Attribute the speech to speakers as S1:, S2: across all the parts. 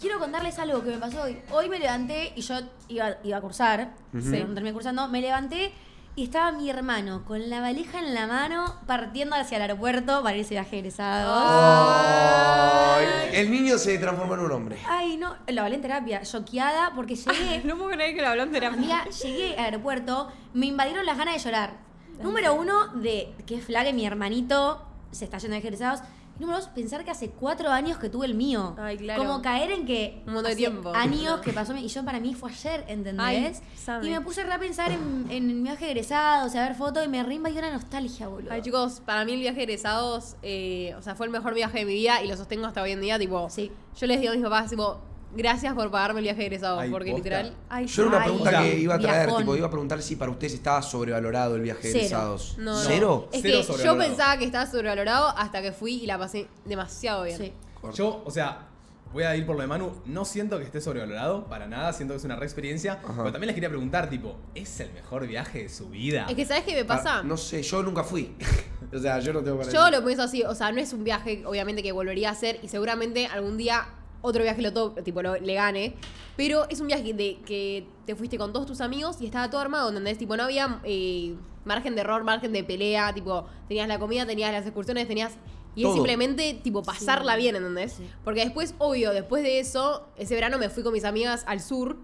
S1: Quiero contarles algo que me pasó hoy. Hoy me levanté y yo iba, iba a cursar,
S2: Ujú.
S1: pero no terminé cursando. Me levanté y estaba mi hermano con la valija en la mano partiendo hacia el aeropuerto para irse de viaje de egresados.
S2: Ay, El niño se transforma en un hombre.
S1: Ay, no, lo hablé en terapia, choqueada, porque llegué,
S3: No puedo creer que lo habló en terapia.
S1: amiga, ah, llegué al aeropuerto, me invadieron las ganas de llorar. Número uno, de que flague mi hermanito, se está yendo de egresados. Y número dos, pensar que hace cuatro años que tuve el mío.
S3: Ay, claro.
S1: Como caer en que.
S3: Un montón de
S1: hace
S3: tiempo.
S1: Años que pasó, mi- y yo para mí fue ayer, ¿entendés?
S3: Ay, sabe.
S1: y me puse re a pensar en, en mi viaje de egresados, a ver fotos, y me re invadió una nostalgia, boludo.
S3: Ay, chicos, para mí el viaje de egresados, eh, o sea, fue el mejor viaje de mi vida y lo sostengo hasta hoy en día. Tipo,
S1: Sí.
S3: yo les digo a mis papás, tipo, gracias por pagarme el viaje de egresados,
S4: Ay,
S3: porque
S4: posta.
S3: literal. ah, Ay,
S2: Yo era una
S1: Ay,
S2: pregunta que iba a traer,
S1: viajón.
S2: tipo, iba a preguntar si para ustedes estaba sobrevalorado el viaje de
S1: Cero.
S2: egresados.
S3: No, no.
S2: ¿Cero?
S3: Es
S4: Cero
S3: que yo
S4: sobrevalorado.
S3: pensaba que estaba sobrevalorado hasta que fui y la pasé demasiado bien.
S1: Sí.
S4: Yo, o sea, voy a ir por lo de Manu. No siento que esté sobrevalorado, para nada. Siento que es una re experiencia. Pero también les quería preguntar, tipo, ¿es el mejor viaje de su vida?
S3: Es que, ¿sabes qué me pasa?
S2: Ah, no sé, yo nunca fui. o sea, yo no tengo para
S3: Yo lo pienso así, o sea, no es un viaje, obviamente, que volvería a hacer y seguramente algún día otro viaje lo to- tipo, lo- le gane. Pero es un viaje de que te fuiste con todos tus amigos y estaba todo armado, ¿entendés? Tipo, no había eh, margen de error, margen de pelea, tipo, tenías la comida, tenías las excursiones, tenías... Y
S2: Todo.
S3: es simplemente, tipo, pasarla bien, ¿entendés?
S1: Sí.
S3: Porque después, obvio, después de eso, ese verano me fui con mis amigas al sur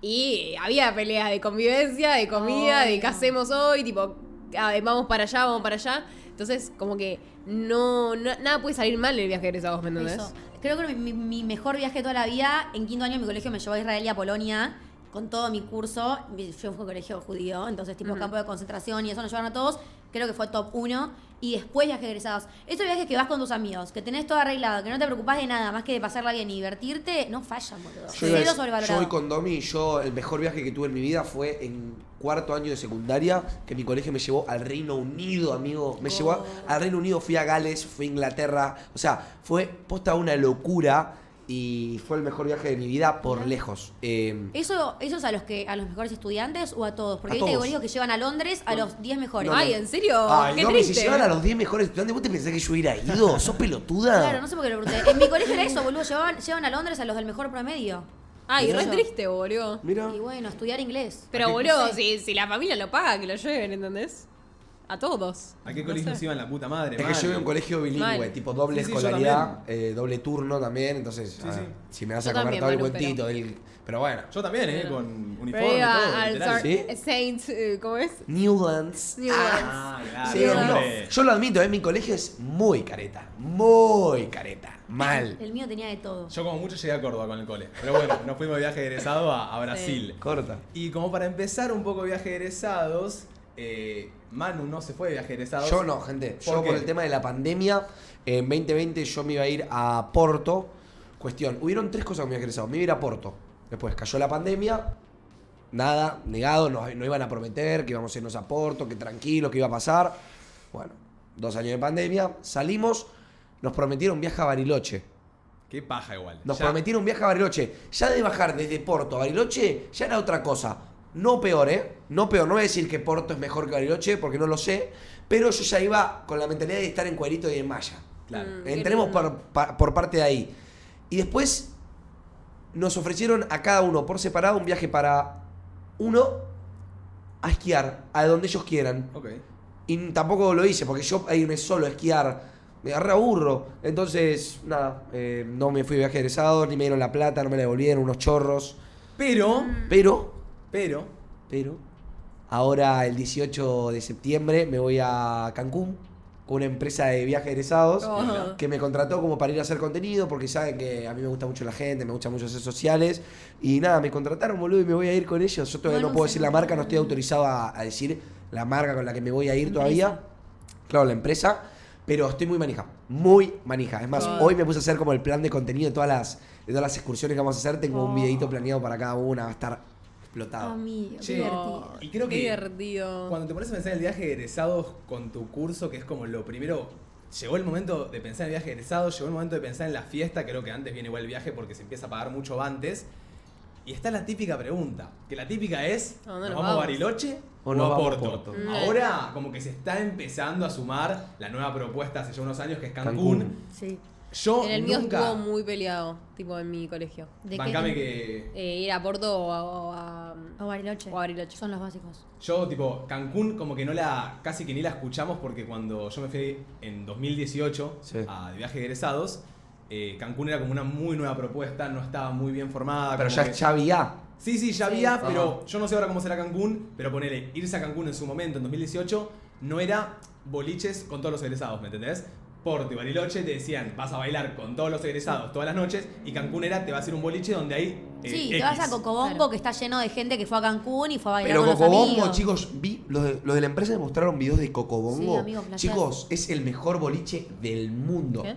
S3: y había peleas de convivencia, de comida, de
S1: Obvio.
S3: qué hacemos hoy, tipo, ah, vamos para allá, vamos para allá. Entonces, como que no, na- nada puede salir mal en el viaje de egresados, ¿me entendés?
S1: Eso. Creo que mi, mi mejor viaje de toda la vida, en quinto año en mi colegio me llevó a Israel y a Polonia con todo mi curso. Mi- Yo fui a un colegio judío, entonces tipo campo de concentración y eso nos llevaron a todos. Creo que fue top 1. Y después viajes egresados. Estos viajes que vas con tus amigos, que tenés todo arreglado, que no te preocupás de nada más que de pasarla bien y divertirte, no fallan, boludo.
S2: Yo, iba a
S1: Cero
S2: decir- yo
S1: sobrevalorado.
S2: voy con Domi y yo el mejor viaje que tuve en mi vida fue en cuarto año de secundaria, que mi colegio me llevó al Reino Unido, amigo. Me llevó a- al Reino Unido, fui a Gales, fui a Inglaterra. O sea, fue posta una locura y fue el mejor viaje de mi vida por lejos. Eh,
S1: ¿Eso, ¿Eso es a los que a los mejores estudiantes o a todos?
S2: A
S1: Porque viste que
S2: todos.
S1: colegios que llevan a Londres a los 10 mejores.
S2: No, no.
S3: Ay, ¿en serio?
S2: ay,
S3: qué
S2: Domi,
S3: triste.
S2: si llevan a los 10 mejores estudiantes, ¿vos te pensás que yo hubiera ido? ¿Sos pelotuda?
S1: Claro, no sé por qué lo pregunté. En mi colegio era eso, boludo. Llevaban, llevan a Londres a los del mejor promedio.
S3: Ay, re
S1: Yo-
S3: triste, boludo.
S2: Mira.
S1: Y bueno, estudiar inglés.
S3: Pero, boludo, si, si la familia lo paga, que lo lleven, ¿entendés? A todos.
S4: ¿A qué colegio se iban la puta madre?
S2: Es que
S4: Manu?
S2: yo iba a un colegio bilingüe,
S3: Mal.
S2: tipo doble
S4: Sí, sí, yo
S2: escolaridad, eh, doble turno también, entonces ah,
S4: sí.
S2: si me vas
S3: Yo
S2: a comer
S3: también,
S2: todo el
S3: Manu,
S2: cuentito, del- pero bueno.
S4: Yo también, ¿eh? Con uniforme,
S3: Pero iba
S4: todo.
S3: al
S4: literal.
S3: Sar-
S2: ¿Sí?
S3: Saint, eh, ¿cómo es?
S2: Newlands.
S3: Newlands.
S4: Ah, claro.
S2: Sí,
S3: Newlands.
S2: no, yo lo admito, ¿eh? mi colegio es muy careta, muy careta, mal.
S1: El mío tenía de todo.
S4: Yo como mucho llegué a Córdoba con el cole. Pero bueno, nos fuimos de viaje egresado a, a Brasil.
S2: Corta.
S4: Y como para empezar un poco viaje de egresados, eh, Manu no se fue de viaje de egresados.
S2: Yo no, gente.
S4: ¿Por
S2: Yo
S4: qué?
S2: por el tema de la pandemia, en 2020 yo me iba a ir a Porto. Cuestión, hubieron tres cosas que me había egresado. Me iba a ir a Porto. Después cayó la pandemia. Nada, negado, nos, nos iban a prometer que íbamos a irnos a Porto, que tranquilo, que iba a pasar. Bueno, dos años de pandemia, salimos, nos prometieron viaje a Bariloche.
S4: Qué paja igual.
S2: Nos
S4: Ya-
S2: prometieron un viaje a Bariloche. Ya de bajar desde Porto a Bariloche ya era otra cosa. No peor, ¿eh? No peor. No voy a decir que Porto es mejor que Bariloche porque no lo sé. Pero yo ya iba con la mentalidad de estar en Cuerito y en Maya.
S4: Claro.
S3: Mm. qué
S2: Entremos
S3: lindo.
S2: por, pa- por parte de ahí. Y después nos ofrecieron a cada uno por separado un viaje para uno a esquiar, a donde ellos quieran.
S4: Ok.
S2: Y tampoco lo hice, porque yo a irme solo a esquiar me reaburro. Entonces, nada, eh, no me fui de viaje egresado, ni me dieron la plata, no me la devolvieron, unos chorros.
S4: Pero,
S3: Mm.
S2: Pero,
S4: pero,
S2: pero, ahora el 18 de septiembre me voy a Cancún con una empresa de viajes egresados
S3: Oh.
S2: que me contrató como para ir a hacer contenido, porque saben que a mí me gusta mucho la gente, me gusta mucho hacer sociales. Y nada, me contrataron, boludo, y me voy a ir con ellos. Yo todavía
S1: Ah, No
S2: no, puedo
S1: anuncian
S2: decir la
S1: nada.
S2: marca, no estoy autorizado a, a decir la marca con la que me voy a ir
S1: Empresa.
S2: todavía. Claro, la empresa. Pero estoy muy manija, muy manija. Es más,
S3: Todo.
S2: hoy me puse a hacer como el plan de contenido de todas las, de todas las excursiones que vamos a hacer. Tengo un
S1: Oh.
S2: videito planeado para cada una, va a estar explotado.
S1: Amigo,
S4: Che,
S1: Ah, divertido.
S4: y creo
S3: Qué
S4: que-
S3: divertido.
S4: cuando te pones a pensar en el viaje de egresados con tu curso, que es como lo primero. Llegó el momento de pensar en el viaje de egresados, llegó el momento de pensar en la fiesta, creo que antes viene igual el viaje porque se empieza a pagar mucho antes. Y está la típica pregunta, que la típica es,
S3: ¿A
S4: ¿nos
S3: dónde
S4: vamos,
S3: nos
S4: a
S3: vamos?
S4: Bariloche
S2: ¿O
S4: o,
S2: nos
S4: a
S2: vamos a
S4: Porto?
S2: Porto?
S3: Mm.
S4: Ahora como que se está empezando a sumar la nueva propuesta hace ya unos años que es Cancún.
S2: Cancún.
S1: Sí.
S4: Yo
S3: En el mío
S4: nunca...
S3: estuvo muy peleado, tipo en mi colegio.
S1: ¿De
S4: Bancame
S1: qué?
S4: que...
S3: Eh, ir a Porto o a, o a-
S1: O Bariloche.
S3: o a Bariloche.
S1: Son los básicos.
S4: Yo, tipo, Cancún como que no la... Casi que ni la escuchamos porque cuando yo me fui en 2018
S2: Sí.
S4: a de viaje de egresados, eh, Cancún era como una muy nueva propuesta, no estaba muy bien formada.
S2: Pero
S4: Ah, como
S2: ya
S4: que-
S2: es Xavi A.
S4: Sí, sí, ya había,
S2: Ajá.
S4: pero yo no sé ahora cómo será Cancún, pero ponele, irse a Cancún en su momento, en 2018, no era boliches con todos los egresados, ¿me entendés? Porto y Bariloche te decían, vas a bailar con todos los egresados todas las noches, y Cancún era, te va a hacer un boliche donde hay. eh,
S1: Sí, te
S4: X.
S1: vas a Cocobombo
S3: Claro.
S1: que está lleno de gente que fue a Cancún y fue a bailar
S2: Pero
S1: con los
S2: Cocobongo,
S1: amigos.
S2: chicos, vi, los de, los de la empresa me mostraron videos de Cocobongo.
S1: Sí, amigo, flashás.
S2: chicos, es el mejor boliche del mundo.
S3: ¿Eh?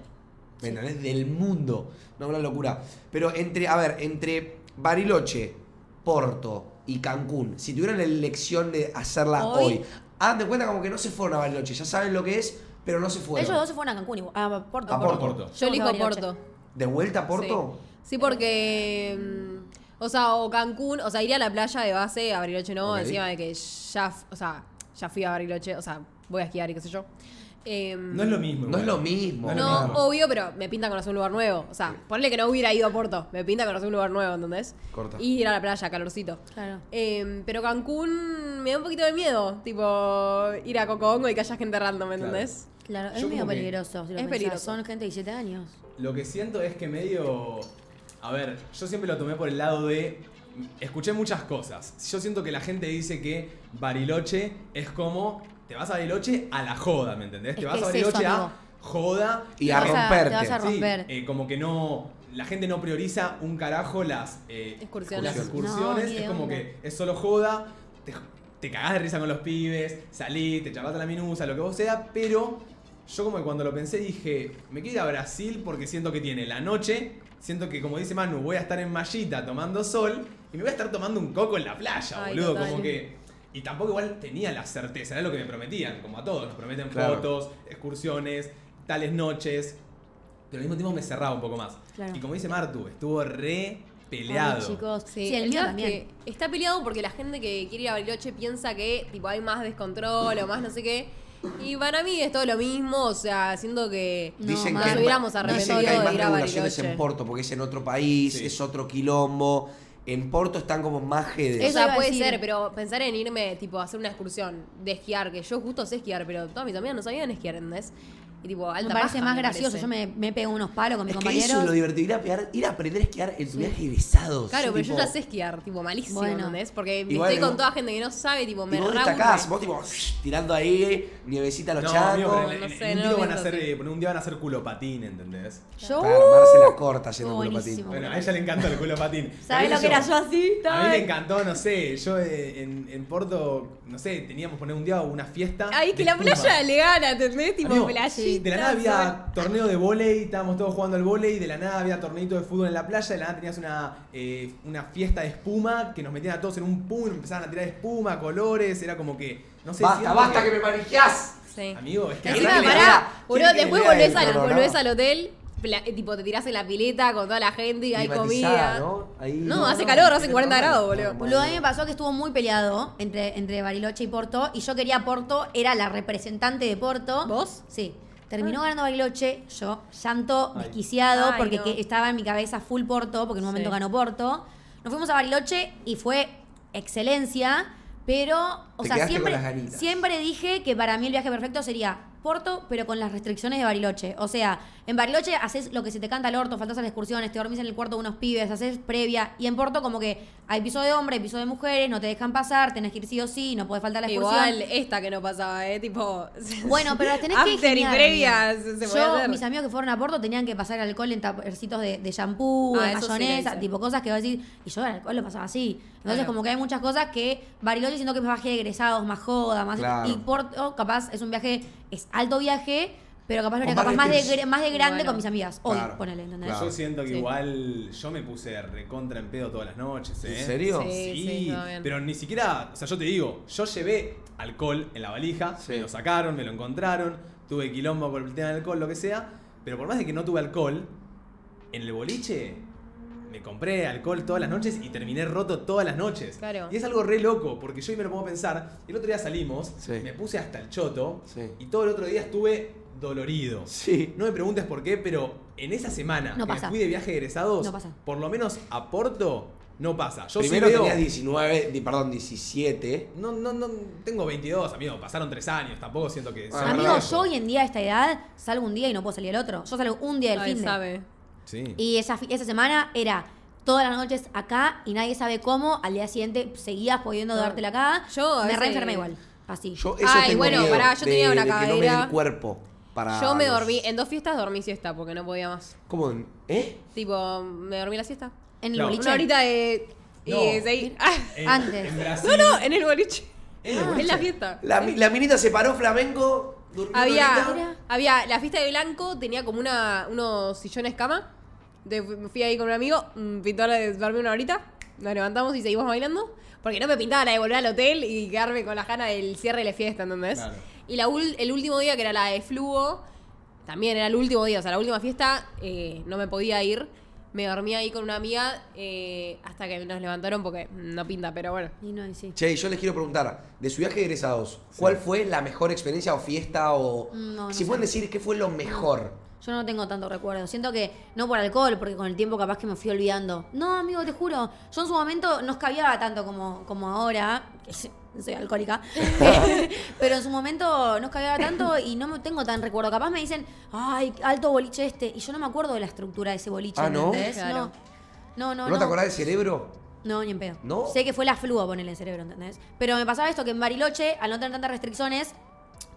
S2: ¿Me entendés? Del mundo. No, una locura. Pero entre, a ver, entre Bariloche, Porto y Cancún, si tuvieran la elección de hacerla hoy,
S1: Hoy.
S2: hagan de cuenta como que no se fueron a Bariloche, ya saben lo que es, pero no se fueron.
S1: Ellos dos se fueron a Cancún, y- a Ah, Porto.
S2: A Porto.
S4: Porto.
S3: Yo elijo
S1: Bariloche.
S3: Porto.
S2: ¿De vuelta a Porto?
S3: Sí, Sí, porque. mm, O sea, o Cancún, o sea, iría a la playa de base, a Bariloche no,
S2: Ok.
S3: encima de que ya, f- o sea, ya fui a Bariloche, o sea, voy a esquiar y qué sé yo. Em,
S4: No es lo mismo.
S2: No es
S4: igual.
S2: lo mismo.
S4: No es lo
S3: no,
S4: mismo.
S3: obvio, pero me pinta conocer un lugar nuevo. O sea, ponle que no hubiera ido a Porto. Me pinta conocer un lugar nuevo, ¿entendés?
S2: Corta.
S3: Y ir a la playa, calorcito.
S1: Claro.
S3: Em, pero Cancún me da un poquito de miedo. Tipo, ir a Cocobongo y que haya gente random, ¿me
S4: Claro.
S3: entendés?
S1: Claro, es
S4: Yo
S1: medio
S4: como que-
S1: peligroso. Si lo
S3: Es
S1: pensás.
S3: peligroso.
S1: Son gente de 17 años.
S4: Lo que siento es que medio. A ver, yo siempre lo tomé por el lado de. Escuché muchas cosas. Yo siento que la gente dice que Bariloche es como. Te vas a Bariloche a la joda, ¿me entendés?
S1: Es
S4: te vas
S1: que
S4: a
S1: es
S4: Bariloche
S1: eso,
S4: a
S1: amigo.
S4: joda.
S2: Y
S1: Te
S2: a
S1: vas
S2: romperte.
S1: Te vas a romper.
S4: Sí, eh, como que no. La gente no prioriza un carajo las eh,
S3: Excursiones.
S4: las excursiones.
S1: No, ni
S4: es
S1: de
S4: como
S1: onda.
S4: que es solo joda. Te, te cagás de risa con los pibes. Salís, te chapás a la minusa, lo que vos sea. Pero yo, como que cuando lo pensé, dije: Me quiero ir a Brasil porque siento que tiene la noche. Siento que, como dice Manu, voy a estar en mallita tomando sol. Y me voy a estar tomando un coco en la playa,
S3: Ay,
S4: boludo.
S3: total.
S4: Como que. Y tampoco igual tenía la certeza, era lo que me prometían, como a todos. Nos prometen
S2: Claro.
S4: fotos, excursiones, tales noches, pero al mismo tiempo me cerraba un poco más.
S1: Claro.
S4: Y como dice Martu, estuvo re peleado.
S1: Ay, chicos. Sí,
S3: Sí,
S1: el, mío
S3: tema es
S1: también.
S3: que está peleado porque la gente que quiere ir a Bariloche piensa que tipo hay más descontrol o más no sé qué. Y para mí es todo lo mismo, o sea, siento que
S1: No,
S2: dicen
S1: más.
S2: que,
S1: Nos
S2: hay-
S3: hubiéramos
S2: dicen
S3: arrepentido
S2: que hay
S3: de
S2: más
S3: ir a
S2: regulaciones
S3: Bariloche.
S2: en Porto porque es en otro país,
S4: Sí.
S2: es otro quilombo. En Porto están como más jedes.
S3: O
S1: Eso iba
S3: sea,
S1: a
S3: puede
S1: decir.
S3: ser, pero pensar en irme, tipo, a hacer una excursión de esquiar, que yo justo sé esquiar, pero todas mis amigas no sabían esquiar, ¿entendés? Y tipo, alta
S1: Me parece
S3: paja,
S1: más
S3: me
S1: gracioso.
S3: parece.
S1: Yo me, me pego unos palos con mis
S2: Es que
S1: compañeros.
S2: eso es lo divertido, ir a, pegar- ir a aprender a esquiar en tu viaje de egresados.
S3: Claro, pero yo
S2: Tipo,
S3: ya sé esquiar, tipo, malísimo,
S1: Bueno.
S3: ¿entendés? Porque
S2: Igual,
S3: estoy
S2: ¿no?
S3: con toda gente que no sabe, tipo, me
S2: Y vos
S3: reaburre.
S2: destacás, vos tipo tirando ahí, nievecita a los
S4: No, amigo,
S2: changos.
S4: pero
S3: no
S4: en- en-
S3: sé,
S4: un,
S3: no
S4: día
S3: lo
S4: van a
S3: pienso
S4: hacer,
S3: así.
S4: eh, un día van a hacer culo patín, ¿entendés?
S1: Yo.
S2: Para armarse la corta haciendo
S1: Buenísimo.
S2: culopatín.
S4: Bueno, a ella le encanta el culo patín.
S1: ¿Sabés
S4: Pero
S1: lo que era
S4: yo-
S1: yo así?
S4: A mí
S1: Ay.
S4: me encantó, no sé, yo eh, en, en Porto, no sé, teníamos poner un día una fiesta.
S3: Ay, que
S4: de
S3: la
S4: espuma.
S3: playa le gana, ¿entendés? Tipo,
S4: Amigo,
S3: playita.
S4: de la nada había torneo de volei, estábamos todos jugando al volei, de la nada había torneito de fútbol en la playa, de la nada tenías una, eh, una fiesta de espuma que nos metían a todos en un pum, empezaban a tirar espuma, colores, era como que, no sé,
S2: Basta,
S4: siento
S2: basta que me manijeás.
S3: Sí.
S4: Amigo, es que...
S2: ¿Quién
S3: Encima,
S2: que le
S3: pará,
S2: vea?
S3: boludo,
S2: ¿Quién que le
S3: después
S2: vea
S3: volvés,
S2: el
S3: al,
S2: programa?
S3: volvés al hotel, pla- eh, tipo, te tirás en la pileta con toda la gente y hay
S2: Climatizada,
S3: comida.
S2: ¿no? Ahí-
S3: No, hace calor, hace 40 grados, boludo.
S2: No,
S1: Boludo, a mí me pasó que estuvo muy peleado entre, entre Bariloche y Porto. Y yo quería Porto, era la representante de Porto.
S3: ¿Vos?
S1: Sí. Terminó ganando Bariloche, yo llanto
S4: Ay.
S1: desquiciado
S3: Ay,
S1: porque
S3: no.
S1: que- estaba en mi cabeza full Porto, porque en un momento
S3: Sí.
S1: ganó Porto. Nos fuimos a Bariloche y fue excelencia, pero, o
S2: Te
S1: sea,
S2: quedaste
S1: siempre,
S2: con las ganitas.
S1: siempre dije que para mí el viaje perfecto sería Porto, pero con las restricciones de Bariloche. O sea, en Bariloche haces lo que se te canta al orto, faltas a las excursiones, te dormís en el cuarto de unos pibes, haces previa. Y en Porto, como que hay piso de hombre, hay piso de mujeres, no te dejan pasar, tenés que ir sí o sí, no podés faltar a la excursión.
S3: Igual esta que no pasaba, ¿eh? Tipo.
S1: Bueno, pero las tenés que
S3: After y
S1: ingeniar,
S3: previa
S1: amiga.
S3: se- se
S1: Yo,
S3: podía hacer.
S1: mis amigos que fueron a Porto tenían que pasar alcohol en tapercitos de, de shampoo,
S3: Ah,
S1: de
S3: eso sí lo
S1: mayonesa,
S3: hice.
S1: tipo cosas que vos decís, y yo el alcohol lo pasaba así. Entonces,
S3: Claro.
S1: como que hay muchas cosas que Bariloche siento que es más viaje de egresados, más joda, más...
S2: Claro.
S1: Y Porto, capaz, es un viaje, es alto viaje, pero capaz lo
S2: Con
S1: haría
S2: más
S1: capaz más de,
S2: restricciones.
S1: gre- más de grande
S3: Bueno.
S1: con mis amigas. Hoy,
S2: Claro.
S1: ponele, ¿entendés?
S2: Claro.
S4: Yo siento que
S3: Sí.
S4: igual yo me puse recontra en pedo todas las noches, ¿eh?
S2: ¿En serio?
S3: Sí.
S4: Sí,
S3: todo bien.
S4: pero ni siquiera, o sea, yo te digo, yo llevé alcohol en la valija,
S2: Sí.
S4: me lo sacaron, me lo encontraron, tuve quilombo con el tema del alcohol, lo que sea, pero por más de que no tuve alcohol, en el boliche me compré alcohol todas las noches y terminé roto todas las noches.
S3: Claro.
S4: Y es algo re loco, porque yo hoy me lo pongo a pensar, el otro día salimos,
S2: Sí.
S4: me puse hasta el choto
S2: Sí.
S4: y todo el otro día estuve dolorido.
S2: Sí.
S4: No me preguntes por qué, pero en esa semana
S1: No
S4: que
S1: pasa.
S4: me fui de viaje de egresados,
S1: No pasa.
S4: por lo menos a Porto, no pasa. Yo sí
S2: Primero
S4: veo-
S2: tenías 19, di- perdón, 17.
S4: No, no, no, tengo 22, amigo, pasaron 3 años, tampoco siento que... sea
S2: Ah,
S1: Amigo,
S2: verdad.
S4: raro.
S1: yo hoy en día a esta edad salgo un día y no puedo salir el otro. Yo salgo un día del
S3: Nadie
S1: fin de.
S3: sabe.
S4: Sí.
S1: Y esa, fi- esa semana era todas las noches acá y nadie sabe cómo. Al día siguiente seguías pudiendo
S3: Claro.
S1: dártela acá.
S3: Yo a
S1: me
S3: veces-
S1: reenfermé igual. Así.
S2: Yo eso
S3: Ay,
S2: tengo
S3: bueno,
S2: miedo
S3: pará, yo
S2: de-
S3: tenía una
S2: de que no me dé el
S3: cadera.
S2: cuerpo
S1: Ah,
S2: para
S3: Yo me
S2: los-
S3: dormí, en dos fiestas dormí siesta porque no podía más.
S2: ¿Cómo? en- ¿Eh?
S3: Tipo, me dormí la siesta.
S1: En el
S4: Claro.
S1: boliche.
S3: Una horita de. Y
S4: No.
S3: de seguir. Ah,
S4: En-
S1: Antes.
S4: En Brasil...
S3: No, no, en el boliche.
S4: En el
S3: En
S4: boliche.
S3: la fiesta.
S2: La, mi- la minita se paró flamenco, durmió una horita.
S3: Había, había la fiesta de blanco, tenía como una, unos sillones cama. De- fui ahí con un amigo, mm, pintó la de darme una horita. Nos levantamos y seguimos bailando. Porque no me pintaba la de volver al hotel y quedarme con la gana del cierre de la fiesta, ¿entendés?
S4: Claro.
S3: Y la ul- el último día, que era la de fluo, también era el último día, o sea, la última fiesta, eh, no me podía ir. Me dormía ahí con una amiga eh, hasta que nos levantaron porque mm, no pinta, pero bueno.
S1: Y no, y sí.
S2: Che, yo les quiero preguntar, de su viaje de egresados, ¿cuál fue la mejor experiencia o fiesta o...
S1: No, no
S2: si pueden decir qué fue lo mejor.
S1: Yo no tengo tanto recuerdo. Siento que no por alcohol, porque con el tiempo capaz que me fui olvidando. No, amigo, te juro. Yo en su momento no escabiaba tanto como, como ahora. que Soy alcohólica. Pero en su momento no escabiaba tanto y no me tengo tan recuerdo. Capaz me dicen, ay, alto boliche este. Y yo no me acuerdo de la estructura de ese boliche.
S2: Ah, ¿no?
S1: ¿entendés?
S3: Claro.
S1: No, no,
S2: ¿No,
S1: no.
S2: te acordás del cerebro?
S1: No, ni en pedo.
S2: ¿No?
S1: Sé que fue la fluo ponerle el cerebro, ¿entendés? Pero me pasaba esto que en Bariloche, al no tener tantas restricciones,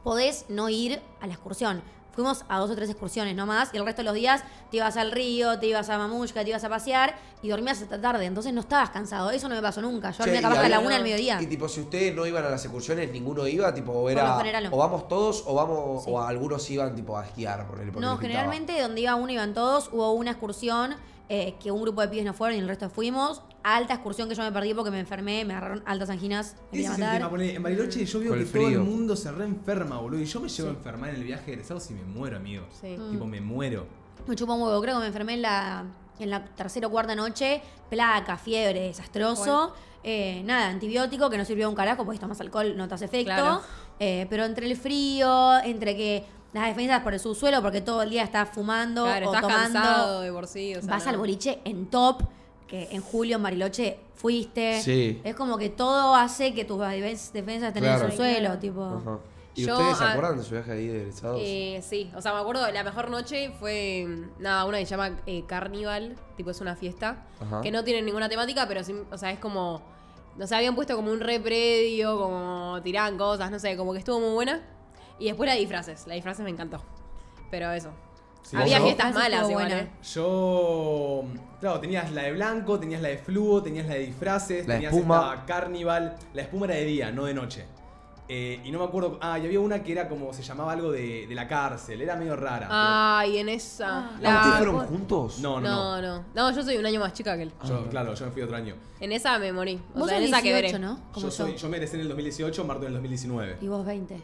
S1: podés no ir a la excursión. Fuimos a dos o tres excursiones nomás y el resto de los días te ibas al río, te ibas a Mamushka, te ibas a pasear y dormías hasta tarde. Entonces no estabas cansado. Eso no me pasó nunca. Yo
S2: Che,
S1: dormía
S2: y
S1: capaz hasta la
S2: había-
S1: una del mediodía.
S2: Y tipo, si ustedes no iban a las excursiones, ninguno iba, tipo, o
S1: lo
S2: era...
S1: general no.
S2: O vamos todos o vamos...
S1: Sí.
S2: O algunos iban, tipo, a esquiar, por el
S1: No, generalmente donde iba uno iban todos. Hubo una excursión eh, que un grupo de pibes no fueron y el resto fuimos. Alta excursión que yo me perdí porque me enfermé, me agarraron altas anginas. Me
S4: Ese
S1: quería
S4: es el
S1: matar.
S4: tema, ponele, en Bariloche yo veo
S2: Con
S4: que
S2: el
S4: todo el
S2: frío.
S4: mundo se reenferma, boludo, y yo me llevo a enfermar en el viaje de egresados y me muero, amigo.
S3: Sí.
S4: Tipo, me muero.
S1: Me chupó un huevo, creo que me enfermé en la, en la tercera o cuarta noche, placa, fiebre, desastroso. Eh, nada, antibiótico que no sirvió un carajo porque tomás alcohol, no te hace efecto.
S3: Claro.
S1: Eh, pero entre el frío, entre que las defensas por el subsuelo porque todo el día estás fumando
S3: Claro,
S1: o
S3: estás
S1: tomando.
S3: cansado de por sí. o sea,
S1: vas
S3: no.
S1: al boliche en top, que en julio en Mariloche fuiste.
S2: Sí.
S1: Es como que todo hace que tus defen- defensas estén en
S2: Claro.
S1: el subsuelo, tipo.
S2: ¿Y
S3: Yo,
S2: ustedes se
S3: ah,
S2: acuerdan de su viaje ahí de egresados?
S3: Eh, sí, o sea, me acuerdo, la mejor noche fue, mm, nada, una que se llama eh, Carnival, tipo es una fiesta,
S2: Ajá.
S3: que no tiene ninguna temática, pero sí, o sea, es como, no sé, habían puesto como un repredio, como tiran cosas, no sé, como que estuvo muy buena. Y después la de disfraces, la de disfraces me encantó, pero eso.
S4: Sí,
S3: Había
S4: ¿no?
S3: fiestas
S1: Disfraces
S3: malas,
S1: Ah, estuvo
S3: igual,
S1: buena.
S3: eh.
S4: Yo. Claro, tenías la de blanco, tenías la de fluo, tenías la de disfraces,
S2: La
S4: tenías
S2: espuma.
S4: esta carnival. La espuma era de día, no de noche. Eh, y no me acuerdo. Ah, y había una que era como se llamaba algo de, de la cárcel, era medio rara. pero-
S3: Ay, en esa...
S1: Ah.
S2: ¿Ustedes
S3: la-
S2: fueron juntos?
S4: No, no,
S3: Ah, No,
S4: no.
S3: no, no, yo soy un año más chica que él.
S2: Ah,
S4: Yo, claro, yo me fui otro año.
S3: En esa me morí, o
S1: Vos
S3: sea, en
S1: sos
S3: esa
S1: 18,
S3: quebré.
S1: ¿no? Como
S4: Yo,
S1: yo.
S4: soy, yo me egresé en el 2018, Marto en el 2019.
S1: Y vos 20.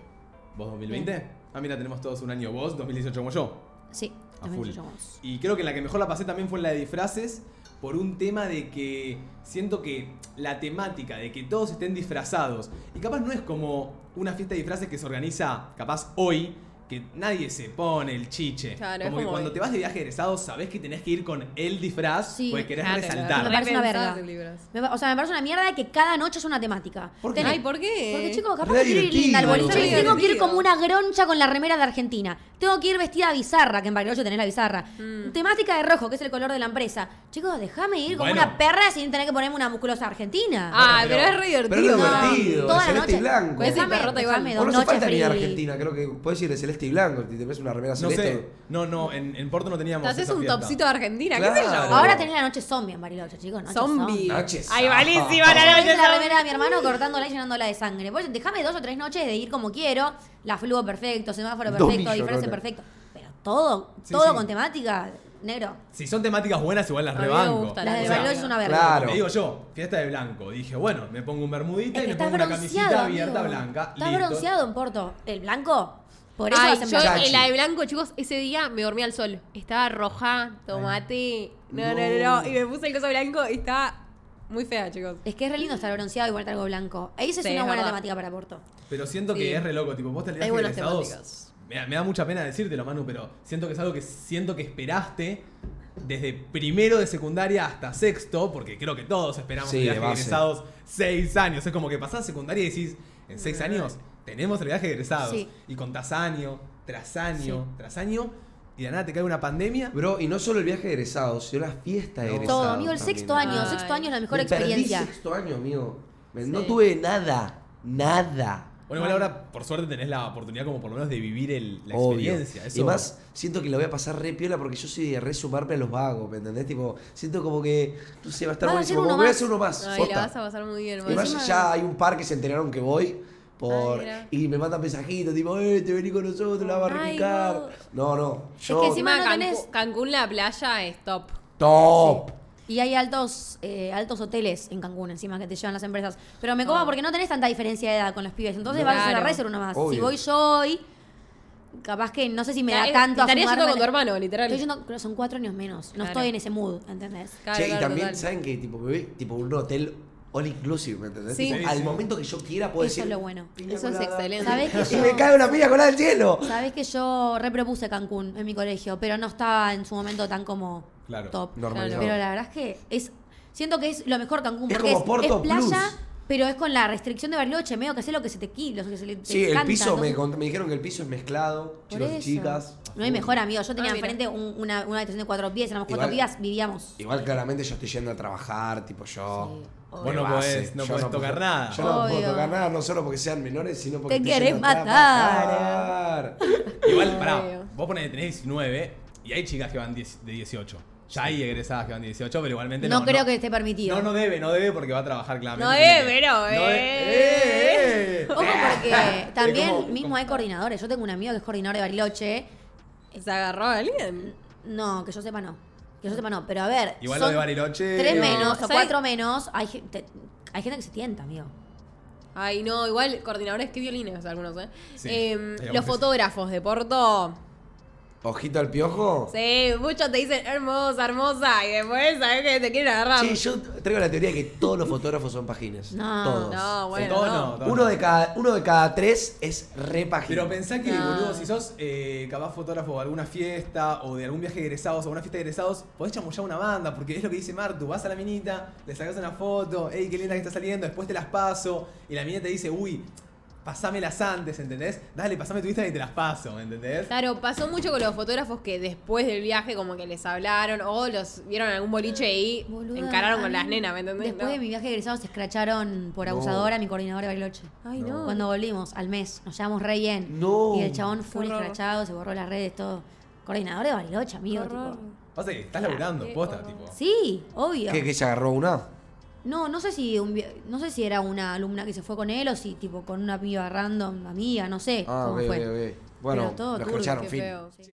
S4: ¿Vos 2020? Ah, mira, tenemos todos un año. Vos, 2018 como yo.
S1: Sí,
S4: A
S1: también
S4: full.
S1: soy yo vos.
S4: Y creo que la que mejor la pasé también fue en la de disfraces, por un tema de que siento que la temática de que todos estén disfrazados, y capaz no es como una fiesta de disfraces que se organiza capaz hoy, que nadie se pone el chiche.
S3: Claro, es
S4: como, que
S3: como
S4: cuando
S3: hoy.
S4: te vas de viaje egresado sabés que tenés que ir con el disfraz,
S1: Sí,
S4: porque querés
S3: Claro,
S4: resaltar.
S1: Me parece una
S3: repensás
S1: verga.
S3: el disfraz.
S1: Me pa- o sea, me parece una mierda que cada noche es una temática.
S4: ¿Por qué?
S1: Tenés-
S3: Ay, ¿por qué?
S1: Porque, chicos, capaz
S2: Re
S1: que quiero ir
S2: divertido,
S1: linda al boliche. Tengo
S2: boludo. Re
S1: que ir
S3: divertido.
S1: como una groncha con la remera de Argentina. Tengo que ir vestida bizarra, que en Bariloche tenés la bizarra.
S3: Mm.
S1: Temática de rojo, que es el color de la empresa. Chicos, déjame ir como
S4: Bueno.
S1: una perra sin tener que ponerme una musculosa argentina.
S3: Ay,
S4: pero-
S3: Ah, pero, es re
S2: Pero
S3: divertido.
S2: es divertido,
S1: Toda
S2: de
S1: la
S2: celeste
S1: noche.
S2: y blanco.
S3: Puede ser
S1: Déjame-
S3: Pues perrota igual.
S1: déjame dos
S2: O no hace
S1: noches
S2: falta ni de
S1: free.
S2: Argentina, creo que puedes ir de celeste y blanco, si te ves una remera
S4: No
S2: celeste.
S4: sé, no, no, en, en Porto no teníamos
S3: Te haces
S4: esa
S3: un
S4: fiesta.
S3: topsito de Argentina, qué sé
S2: Claro.
S3: yo.
S1: Ahora tenés la noche zombie en Bariloche, chicos. Noche
S3: Zombie.
S2: Noches.
S3: Ay, malísima la
S1: Tenés
S3: noche
S1: la
S3: zombie.
S1: remera de mi hermano cortándola y llenándola de sangre. Pues déjame dos o tres noches de ir como quiero. La fluo perfecto, semáforo
S2: Dos
S1: perfecto, disfrace
S2: millones.
S1: perfecto. Pero todo,
S4: Sí,
S1: todo
S4: sí.
S1: con temática, negro.
S4: Si son temáticas buenas, igual las
S3: A mí me
S4: rebanco.
S3: gusta
S1: La
S3: Claro.
S1: de
S4: O sea,
S1: Bariloche es una verga.
S2: Claro.
S4: Me digo yo, fiesta de blanco. Dije, bueno, me pongo un
S1: Es
S4: bermudita y
S1: que
S4: me
S1: estás
S4: pongo una camisita
S1: bronceado.
S4: abierta
S1: amigo.
S4: blanca.
S1: Estás
S4: listo.
S1: bronceado en Porto. ¿El blanco? Por eso
S3: Ay,
S1: hacen
S3: yo
S1: blanco.
S2: Chachi.
S3: en la de blanco, chicos, ese día me dormí al sol. Estaba roja, tomate. No, no, no, no. Y me puse el coso blanco y estaba muy fea, chicos.
S1: Es que es re lindo estar bronceado y ponerte algo blanco. Esa es
S3: Sí,
S1: una
S3: es
S1: buena
S3: verdad.
S1: temática para Porto.
S4: Pero siento
S3: Sí.
S4: que es re loco, tipo, vos te
S3: Hay
S4: leías
S3: buenas
S4: egresados.
S3: temáticas.
S4: Me, da- me da mucha pena decírtelo, Manu, pero siento que es algo que siento que esperaste desde primero de secundaria hasta sexto, porque creo que todos esperamos
S2: Sí,
S4: un
S2: de
S4: viaje de
S2: base.
S4: egresados seis años. Es como que pasás secundaria y decís, en seis años tenemos el viaje de egresados.
S3: Sí.
S4: Y contás año, tras año, tras año, y de nada te cae una pandemia.
S2: Bro, y no solo el viaje de egresados, sino la fiesta de
S4: Todo,
S2: egresados.
S1: Todo, amigo, el
S2: también.
S1: sexto año.
S3: Ay.
S1: Sexto año es la mejor
S2: Me perdí
S1: experiencia.
S2: sexto año, amigo. Me- No
S3: Sí.
S2: tuve nada. Nada.
S4: Bueno, igual ahora, por suerte, tenés la oportunidad como por lo menos de vivir el- la
S2: Obvio.
S4: experiencia. Eso,
S2: Y más, siento que la voy a pasar re piola porque yo soy de re sumarme a los vagos, ¿me entendés? Tipo, siento como que, no sé, va a estar
S1: Vas a hacer
S2: buenísimo.
S1: uno
S2: como que voy a
S1: más.
S2: hacer uno más.
S3: Ay,
S2: posta.
S3: la vas a pasar muy bien,
S2: Y
S3: Manu.
S2: más
S1: encima-
S2: ya hay un par que se enteraron que voy. Por,
S3: Ay, mira.
S2: y me mandan mensajitos tipo, eh, te vení con nosotros, la vas a
S1: Ay,
S2: repicar. No, no. Yo,
S1: que
S3: Encima,
S1: Encima no
S3: Cancún-
S1: tenés-
S3: Cancún, la playa es top.
S2: top.
S1: Y hay altos, eh, altos hoteles en Cancún encima que te llevan las empresas. Pero me coma porque no tenés tanta diferencia de edad con los pibes. Entonces
S3: Ah. Claro.
S1: vas a ser la ser uno más. Si
S2: Obvio.
S1: voy yo hoy, capaz que no sé si me da
S3: Claro,
S1: tanto a
S3: estarías yendo
S1: fumarme-
S3: con tu hermano, literal.
S1: Estoy yendo, creo que son cuatro años menos. No
S3: Claro.
S1: estoy en ese mood, ¿entendés?
S3: Claro,
S2: Che, y
S3: claro,
S2: también,
S3: total.
S2: ¿saben que Tipo, me voy, tipo un hotel all inclusive, ¿me entendés?
S3: Sí.
S2: Tipo,
S4: Sí,
S2: al
S4: sí.
S2: momento que yo quiera puedo
S1: Eso
S2: decir.
S1: es lo bueno.
S2: "Piña
S3: Eso es
S2: colada".
S3: excelente.
S1: ¿Sabés que
S2: Y
S1: yo-
S2: me cae una piña colada del cielo.
S1: Sabés que yo repropuse Cancún en mi colegio, pero no estaba en su momento tan como
S4: Claro,
S1: top.
S2: normalizado.
S1: Pero la verdad es que es siento que es lo mejor Cancún
S2: Es
S1: porque
S2: como Porto
S1: es playa,
S2: Plus.
S1: pero es con la restricción de Bariloche, medio que sé lo que se te quita, lo que se le te
S2: Sí, el
S1: encanta,
S2: piso, me,
S1: entonces-
S2: cont- me dijeron que el piso es mezclado,
S1: por
S2: chicos y
S1: eso.
S2: chicas.
S1: No hay mejor amigo. Yo tenía
S3: Ah, mira.
S1: enfrente un- una, una habitación de cuatro pies, éramos cuatro
S2: Igual-
S1: pibas, vivíamos.
S2: Igual claramente yo estoy yendo a trabajar, tipo yo.
S1: Sí,
S4: Vos
S2: de
S4: no
S2: base,
S4: podés- no
S2: yo
S4: podés tocar
S2: puedo-
S4: nada.
S2: Yo no puedo
S1: Obvio.
S2: tocar nada, no solo porque sean menores, sino porque
S1: Te
S2: estoy
S1: querés
S2: yendo a
S1: matar.
S2: trabajar.
S4: Igual,
S3: No
S4: pará,
S3: veo.
S4: vos ponés tenés 19 y hay chicas que van 10 de 18. Ya hay egresadas que van 18, pero igualmente no.
S1: No creo que esté permitido.
S4: No, no debe, no debe porque va a trabajar claramente.
S3: No
S4: tiene
S3: debe,
S4: que-
S3: no, eh.
S4: eh, eh.
S1: Ojo porque también
S4: como-
S1: mismo
S4: como-
S1: hay coordinadores. Yo tengo un amigo que es coordinador de Bariloche.
S3: ¿Se agarró a alguien?
S1: No, que yo sepa no. Que yo sepa no. Pero a ver.
S4: Igual
S1: son
S4: lo de Bariloche. eh,
S1: Tres
S3: No.
S1: menos o
S3: ¿Sabes?
S1: cuatro menos. Hay, gen- te- hay gente que se tienta, amigo.
S3: Ay, no, igual coordinadores que violines algunos, ¿eh?
S4: Sí,
S3: Em,
S4: digamos
S3: los
S4: que sí.
S3: fotógrafos de Porto.
S2: Ojito al piojo.
S3: Sí, muchos te dicen hermosa, hermosa, y después sabes que te quieren agarrar.
S2: Sí, yo traigo la teoría de que todos los fotógrafos son pagines.
S1: No,
S2: todos.
S3: no, bueno.
S4: Todos
S3: no.
S4: no, todos
S2: Uno
S4: no.
S2: de cada, uno de cada tres es re pagino.
S4: Pero pensá que,
S3: No.
S4: boludo, si sos eh, capaz fotógrafo de alguna fiesta o de algún viaje de egresados o una fiesta de egresados, podés chamullar una banda, porque es lo que dice Martu, vas a la minita, le sacas una foto, hey, qué linda que está saliendo, después te las paso, y la mina te dice, uy, pasámelas antes, ¿entendés? Dale, pasame tu Instagram y te las paso, ¿entendés?
S3: Claro, pasó mucho con los fotógrafos que después del viaje como que les hablaron o los vieron en algún boliche y
S1: Boluda,
S3: encararon
S1: a
S3: con
S1: mí-
S3: las nenas, ¿me entendés?
S1: Después
S3: No.
S1: de mi viaje de egresados se escracharon por
S2: No.
S1: abusadora a mi coordinador de Bariloche.
S3: Ay, no.
S1: Cuando volvimos al mes, nos llevamos re bien.
S2: No.
S1: Y el chabón fue
S3: Qué horror.
S1: escrachado, se borró las redes, todo. Coordinador de Bariloche, amigo.
S3: Qué horror.
S1: tipo.
S4: Pasa que estás laburando,
S3: qué
S4: posta,
S3: horror.
S4: tipo.
S1: Sí, obvio.
S2: ¿Qué, que se agarró una?
S1: No, no sé si un vi- no sé si era una alumna que se fue con él o si tipo con una piba random, amiga, no sé
S2: Ah,
S1: cómo
S2: ok,
S1: fue.
S2: ok, ok. Bueno,
S1: Pero todo
S2: lo
S1: turbio,
S2: escucharon,
S3: Qué
S2: fin.
S3: feo.
S1: Sí.